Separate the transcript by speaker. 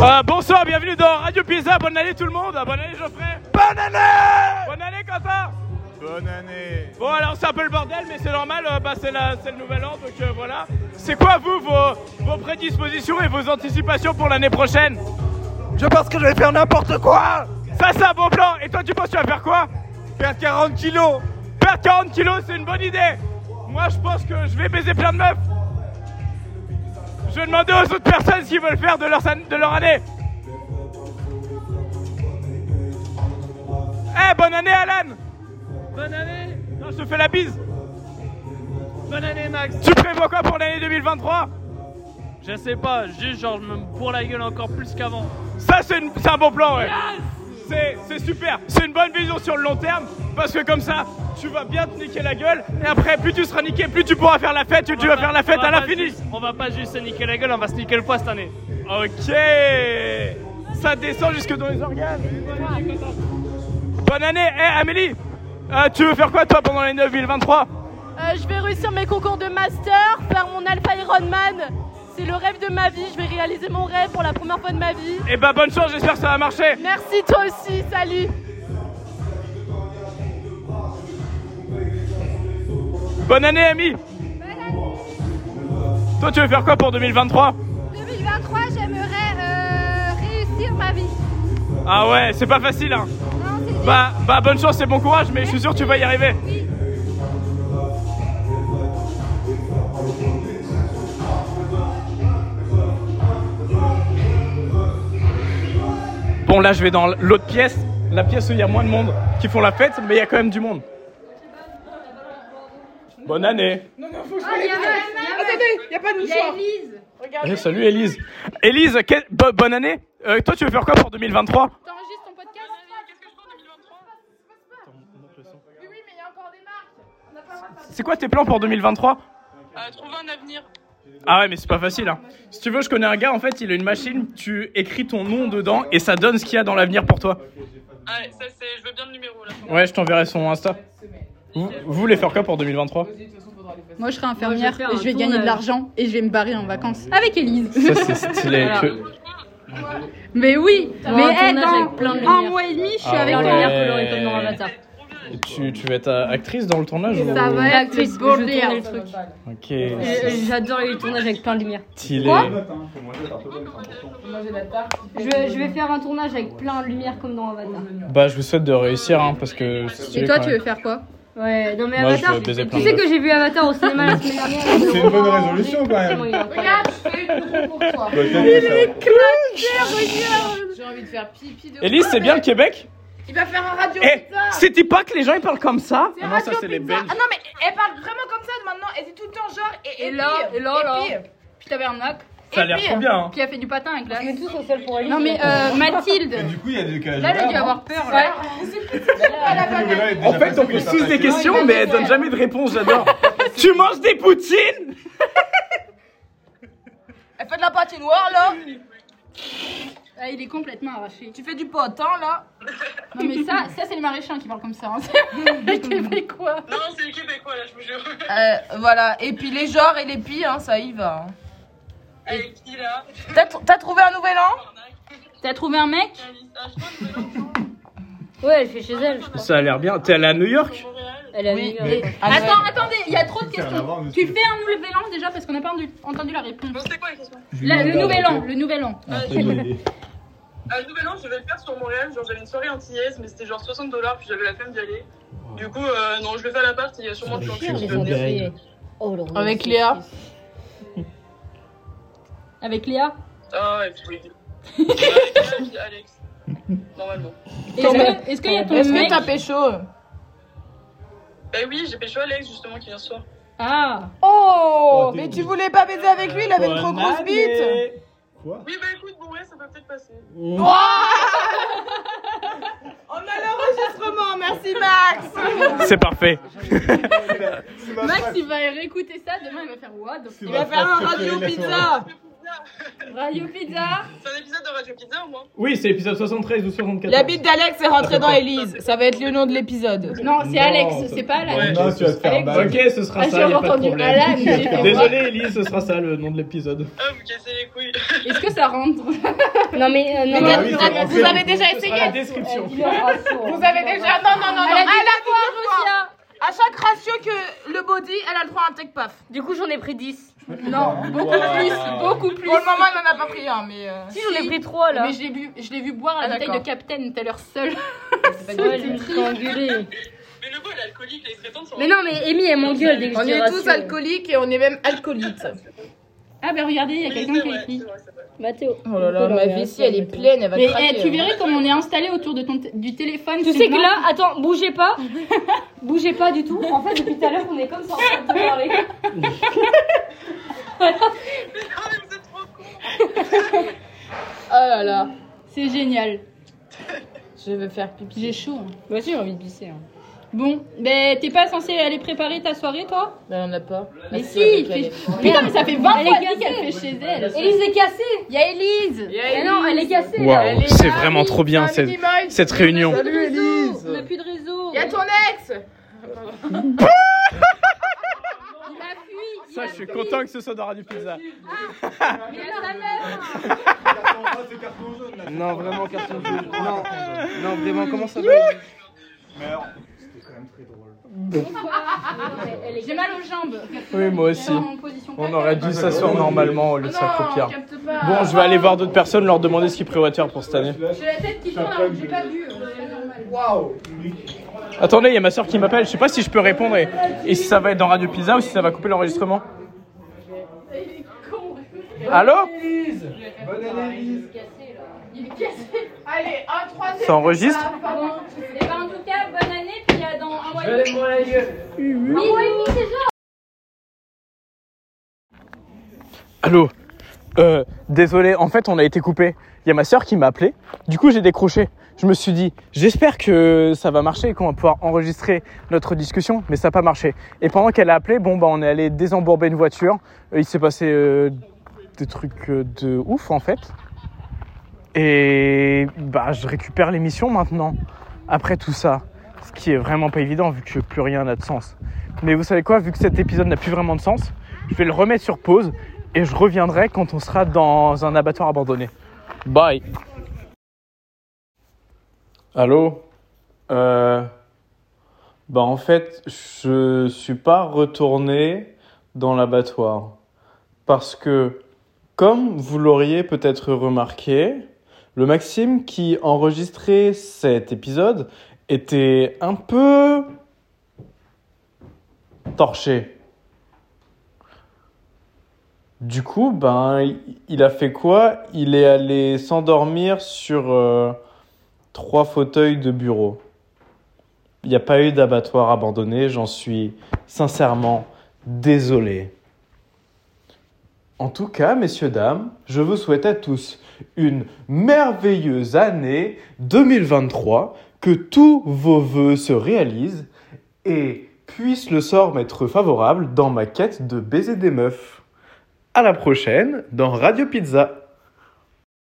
Speaker 1: Euh, bonsoir, bienvenue dans Radio Pizza. Bonne année tout le monde. Bonne année Geoffrey.
Speaker 2: Bonne année
Speaker 1: Bonne année Quentin.
Speaker 2: Bonne année
Speaker 1: Bon alors c'est un peu le bordel mais c'est normal, euh, bah, c'est, la- c'est le nouvel an donc euh, voilà. C'est quoi vous vos, vos prédispositions et vos anticipations pour l'année prochaine
Speaker 2: Je pense que je vais faire n'importe quoi
Speaker 1: Ça c'est un bon plan et toi tu penses que tu vas faire quoi
Speaker 2: Perdre 40 kilos
Speaker 1: Perdre 40 kilos c'est une bonne idée Moi je pense que je vais baiser plein de meufs Je vais demander aux autres personnes ce qu'ils veulent faire de leur, san- de leur année Eh bonne année Alan
Speaker 3: Bonne année
Speaker 1: Non je te fais la bise
Speaker 3: Bonne année Max
Speaker 1: Tu prévois quoi pour l'année 2023
Speaker 3: Je sais pas, juste genre je me bourre la gueule encore plus qu'avant.
Speaker 1: Ça, c'est une- c'est un bon plan, ouais. C'est- c'est super. C'est une bonne vision sur le long terme, parce que comme ça, tu vas bien te niquer la gueule, et après, plus tu seras niqué, plus tu pourras faire la fête, et tu
Speaker 3: On
Speaker 1: vas
Speaker 3: pas-
Speaker 1: faire la fête
Speaker 3: on va
Speaker 1: à
Speaker 3: pas
Speaker 1: l'infini.
Speaker 3: juste- On va pas juste se niquer la gueule, on va se niquer le poids cette année.
Speaker 1: Ok. Ça descend jusque dans les organes. Bonne année. Eh, Amélie, euh, tu veux faire quoi, toi, pendant les 2023
Speaker 4: Euh, je vais réussir mes concours de master, faire mon Alpha Ironman. C'est le rêve de ma vie. Je vais réaliser mon rêve pour la première fois de ma vie.
Speaker 1: Eh bah, bonne chance, j'espère que ça va marcher.
Speaker 4: Merci toi aussi. Salut.
Speaker 1: Bonne année, Ami. Toi, tu veux faire quoi pour 2023
Speaker 5: 2023, j'aimerais euh, réussir ma vie.
Speaker 1: Ah ouais, c'est pas facile, hein.
Speaker 5: Non, c'est dur.
Speaker 1: Bah, bah bonne chance et bon courage, mais je suis sûr que tu vas y arriver. Bon là je vais dans l'autre pièce, la pièce où il y a moins de monde qui font la fête, mais il y a quand même du monde. Bonne année.
Speaker 6: Attendez, y a pas de mouchoir.
Speaker 1: Eh, salut Elise. Elise, quelle- bo- bonne année. Euh, toi tu veux faire quoi pour 2023
Speaker 4: T'enregistres ton podcast Qu'est-ce que je prends 2023 Mais oui, mais il y a encore des marques. On n'a pas le droit de faire
Speaker 1: C'est quoi tes plans pour 2023
Speaker 6: trouver un avenir.
Speaker 1: Ah ouais, mais c'est pas facile. Hein. Si tu veux, je connais un gars, en fait, il a une machine, tu écris ton nom dedans et ça donne ce qu'il y a dans l'avenir pour toi.
Speaker 6: Allez, ça c'est. Je veux bien le numéro là.
Speaker 1: Ouais, je t'enverrai son Insta. Vous, vous voulez faire quoi pour 2023
Speaker 7: Moi, je serai infirmière
Speaker 8: Moi, je vais faire
Speaker 7: et
Speaker 8: un
Speaker 7: je vais gagner
Speaker 8: tournage.
Speaker 7: de l'argent et je vais me barrer en vacances avec Elise.
Speaker 1: Ça, c'est stylé.
Speaker 8: Voilà.
Speaker 1: que-
Speaker 7: mais oui,
Speaker 8: T'auras
Speaker 7: mais Oh,
Speaker 8: un
Speaker 7: hey,
Speaker 8: tournage
Speaker 7: dans
Speaker 8: avec plein de
Speaker 7: un
Speaker 8: lumière.
Speaker 7: mois et demi, je suis
Speaker 1: Ah
Speaker 7: avec
Speaker 1: ouais.
Speaker 8: Dans
Speaker 7: toi.
Speaker 8: les mers colorées comme dans Avatar.
Speaker 1: Tu, tu veux être euh, actrice dans le tournage ou...
Speaker 7: Ça va être
Speaker 8: L'actrice, je veux tourner
Speaker 7: Gabrielle.
Speaker 8: le truc.
Speaker 1: Ok,
Speaker 8: Euh, J'adore les tournages avec plein de lumière.
Speaker 1: stylé.
Speaker 8: Je, je vais faire un tournage avec plein de lumière comme dans Avatar.
Speaker 1: Bah, je vous souhaite de réussir, hein, parce que c'est stylé
Speaker 7: Et toi,
Speaker 1: quand
Speaker 7: tu
Speaker 1: même.
Speaker 7: veux faire quoi
Speaker 8: Ouais, non mais
Speaker 1: Moi, je
Speaker 8: Avatar.
Speaker 1: vais baiser plein
Speaker 8: Tu
Speaker 1: de
Speaker 8: sais que j'ai vu Avatar au cinéma la semaine dernière. C'est une bonne résolution quand même.
Speaker 4: Regarde, je fais une roue pour toi.
Speaker 7: J'ai envie de faire pipi de
Speaker 1: Elise, c'est bien le Québec
Speaker 4: Il va faire un radio
Speaker 1: Eh, c'était pas que les gens ils parlent comme ça Ah non, ça, c'est les
Speaker 6: Ah
Speaker 1: Belges.
Speaker 6: non, mais elle parle vraiment comme ça maintenant. Elle dit tout le temps genre. Et,
Speaker 7: Et là,
Speaker 6: puis,
Speaker 7: et là,
Speaker 6: et
Speaker 7: là. Puis t'avais un knock,
Speaker 1: Ça a l'air trop bien, hein.
Speaker 7: qui a fait du patin avec là.
Speaker 8: On est tous au sol pour aller.
Speaker 7: Non, mais euh, Mathilde,
Speaker 9: Du coup, il y a des cages.
Speaker 7: là, elle a dû avoir peur. Là.
Speaker 1: En fait, on pose tous des questions, mais elle donne jamais de réponse, j'adore. tu manges des poutines
Speaker 6: Elle fait de la patinoire là.
Speaker 7: Ah, il est complètement arraché.
Speaker 6: Tu fais du potin là.
Speaker 7: Non, mais ça, ça c'est les maraîchers qui parlent comme ça. hein. Les Québécois.
Speaker 6: Non, c'est les Québécois là, je vous jure.
Speaker 10: Euh, voilà, et puis les genres et les pis, hein, ça y va.
Speaker 6: Avec qui là
Speaker 10: T'as tr- t'as trouvé un nouvel an
Speaker 7: T'as trouvé un mec
Speaker 8: Ouais, elle fait chez elle, je crois.
Speaker 1: Ça a l'air bien. T'es allé à New York
Speaker 8: Elle a
Speaker 10: Oui.
Speaker 8: vu.
Speaker 7: Attends, attendez, il y a trop de questions.
Speaker 9: voir, monsieur.
Speaker 7: Tu fais un nouvel an déjà parce qu'on n'a pas entendu- entendu la réponse.
Speaker 6: Bon, c'est quoi la question
Speaker 7: La- le nouvel an, le nouvel an.
Speaker 6: Un nouvel an, je vais le faire sur Montréal. Genre, j'avais une soirée antillaise, mais c'était genre 60 dollars, puis j'avais la flemme d'y aller. Du coup, euh, non, je le fais à l'appart. Il y a sûrement du
Speaker 8: Ils
Speaker 6: gens
Speaker 8: ont
Speaker 6: qui
Speaker 8: des
Speaker 6: vont venir.
Speaker 8: entrées. Oh, là, là,
Speaker 10: Avec
Speaker 8: c'est-
Speaker 10: Léa.
Speaker 8: Avec Léa.
Speaker 6: Ah, et puis oui. Avec Léa, et puis Alex. Normalement.
Speaker 7: Est-ce que- Est-ce qu'il y a ton
Speaker 8: Euh,
Speaker 10: Est-ce que
Speaker 7: mec
Speaker 10: t'as pécho
Speaker 6: Bah oui, j'ai pécho Alex justement qui vient ce soir.
Speaker 7: Ah,
Speaker 10: Oh, mais tu voulais pas baiser avec lui, il avait une trop grosse bite
Speaker 6: Oui, bah écoute, bon, ouais, ça peut peut-être passer.
Speaker 10: On a l'enregistrement, merci Max
Speaker 1: C'est parfait.
Speaker 7: Max il va réécouter ça demain, il va faire what the
Speaker 10: Il va faire un radio pizza
Speaker 7: f- Radio Pizza.
Speaker 6: C'est un épisode de de Radio Pizza au moins.
Speaker 1: Oui, c'est l'épisode 73 ou 74.
Speaker 10: La bite d'Alex est rentrée
Speaker 1: À peu
Speaker 10: dans
Speaker 1: près.
Speaker 10: Elise. Ça va être le nom de l'épisode.
Speaker 7: Non, c'est
Speaker 9: Non,
Speaker 7: Alex,
Speaker 9: ça-
Speaker 7: c'est pas
Speaker 6: Ouais.
Speaker 7: Alan.
Speaker 9: Non, tu vas te faire
Speaker 7: Alex.
Speaker 9: mal.
Speaker 1: Ok, ce sera
Speaker 7: Ah,
Speaker 1: ça.
Speaker 7: j'avais
Speaker 1: y a pas de
Speaker 7: entendu
Speaker 1: problème.
Speaker 7: Alan, j'ai fait
Speaker 1: Désolé, Elise, ce sera ça le nom de l'épisode.
Speaker 6: Ah, vous cassez les couilles.
Speaker 7: Est-ce que ça rentre
Speaker 8: Non, mais euh, non,
Speaker 10: Les
Speaker 9: bah
Speaker 10: gars,
Speaker 9: oui,
Speaker 10: vous
Speaker 9: c'est
Speaker 10: avez-
Speaker 9: rentré.
Speaker 10: vous avez déjà
Speaker 1: Ce sera la
Speaker 10: essayé
Speaker 1: description.
Speaker 10: Vous avez déjà. Non, non, non, non.
Speaker 8: Elle a dit
Speaker 10: Elle a
Speaker 8: fois.
Speaker 10: fois. À chaque ratio que le body, elle a le droit à un tech paf.
Speaker 8: Du coup, j'en ai pris 10.
Speaker 7: Non, beaucoup plus, beaucoup plus.
Speaker 10: Pour le moment, elle n'en a pas pris un, mais. euh,
Speaker 8: Si, j'en ai pris 3 là.
Speaker 7: Mais je l'ai bu, je l'ai vu boire
Speaker 10: Ah,
Speaker 7: la bouteille de
Speaker 10: d'accord.
Speaker 7: Captain tout à l'heure seule.
Speaker 8: Ouais, je me suis engueulée.
Speaker 6: Mais le bol alcoolique, là, il serait temps de s'en
Speaker 8: Mais non, mais Amy, elle m'engueule dès que
Speaker 10: On
Speaker 8: je dis
Speaker 10: est
Speaker 8: ratio.
Speaker 10: tous alcooliques et on est même alcoolites.
Speaker 7: Ah ben regardez, il y a quelqu'un qui a écrit.
Speaker 8: Mathéo.
Speaker 10: Oh là là, ma vie, si elle est pleine, elle va
Speaker 7: Mais
Speaker 10: craquer. hein.
Speaker 7: eh, tu verrais comme on est installé autour de ton t- du téléphone.
Speaker 8: Bah, hein. Tu sais que là, attends, bougez pas. bougez pas du tout. En fait, depuis tout à l'heure, on est comme ça en train de parler.
Speaker 6: Ah, mais vous êtes trop con.
Speaker 10: Oh là là.
Speaker 7: c'est génial.
Speaker 10: Je vais faire pipi.
Speaker 7: J'ai chaud. hein.
Speaker 8: Moi aussi, j'ai envie de pisser.
Speaker 7: Bon, ben t'es pas censé aller préparer ta soirée toi
Speaker 10: Ben, on a pas.
Speaker 7: Mais
Speaker 10: Merci,
Speaker 7: si.
Speaker 10: avec
Speaker 7: fait-
Speaker 10: elle.
Speaker 7: Putain, mais ça fait 20
Speaker 8: Elle
Speaker 7: fois
Speaker 8: est
Speaker 7: qu'elle dit qu'elle fait chez elle.
Speaker 8: Élise est cassée.
Speaker 7: Il y a Elise.
Speaker 8: Mais Eh non,
Speaker 10: Ah,
Speaker 8: elle est cassée. là.
Speaker 1: Waouh,
Speaker 10: Elle est
Speaker 1: c'est
Speaker 10: là,
Speaker 1: vraiment
Speaker 10: oui,
Speaker 1: trop bien
Speaker 10: un
Speaker 1: cette,
Speaker 10: minimal.
Speaker 1: cette réunion.
Speaker 2: Salut Elise
Speaker 8: On n'a plus de réseau.
Speaker 10: Il y a ton ex
Speaker 8: Il a fui.
Speaker 1: Ça, je suis content que ce soit dans Radio Pizza.
Speaker 8: Il a sa meuf.
Speaker 9: Non, vraiment, carton jaune. Non, non, vraiment, comment ça va
Speaker 7: J'ai mal aux jambes.
Speaker 1: Oui, moi aussi.
Speaker 7: Dans mon position
Speaker 1: On aurait dû s'asseoir normalement au lieu de s'accroupir.
Speaker 10: capte pas.
Speaker 1: Bon, je vais aller voir d'autres personnes, leur demander ce qu'ils prévoient de faire pour cette année.
Speaker 7: J'ai la tête qui tourne alors que j'ai pas bu. hein, c'est normal.
Speaker 1: Attendez, il y a ma soeur qui m'appelle, je sais pas si je peux répondre et, et si ça va être dans Radio Pizza ou si ça va couper l'enregistrement. Allô
Speaker 10: Allez, un, trois,
Speaker 1: Ça enregistre
Speaker 8: Eh ben, en tout cas, bonne année. Puis à dans un mois et demi.
Speaker 1: Allô euh, Désolé, en fait on a été coupé. Il y a ma soeur qui m'a appelé, du coup j'ai décroché. Je me suis dit, j'espère que ça va marcher et qu'on va pouvoir enregistrer notre discussion, mais ça n'a pas marché. Et pendant qu'elle a appelé, bon bah on est allé désembourber une voiture. Euh, Il s'est passé euh, des trucs euh, de ouf en fait. Et bah je récupère l'émission maintenant, après tout ça. Ce qui est vraiment pas évident vu que plus rien n'a de sens. Mais vous savez quoi, vu que cet épisode n'a plus vraiment de sens, je vais le remettre sur pause et je reviendrai quand on sera dans un abattoir abandonné. Bye. Allô euh... Bah en fait, je suis pas retourné dans l'abattoir parce que comme vous l'auriez peut-être remarqué, le Maxime qui enregistrait cet épisode était un peu torché. Du coup, ben, il- il a fait quoi Il est allé s'endormir sur euh, trois fauteuils de bureau. Il n'y a pas eu d'abattoir abandonné, j'en suis sincèrement désolé. En tout cas, messieurs, dames, je vous souhaite à tous une merveilleuse année 2023, que tous vos voeux se réalisent et puisse le sort m'être favorable dans ma quête de baiser des meufs. À la prochaine dans Radio Pizza.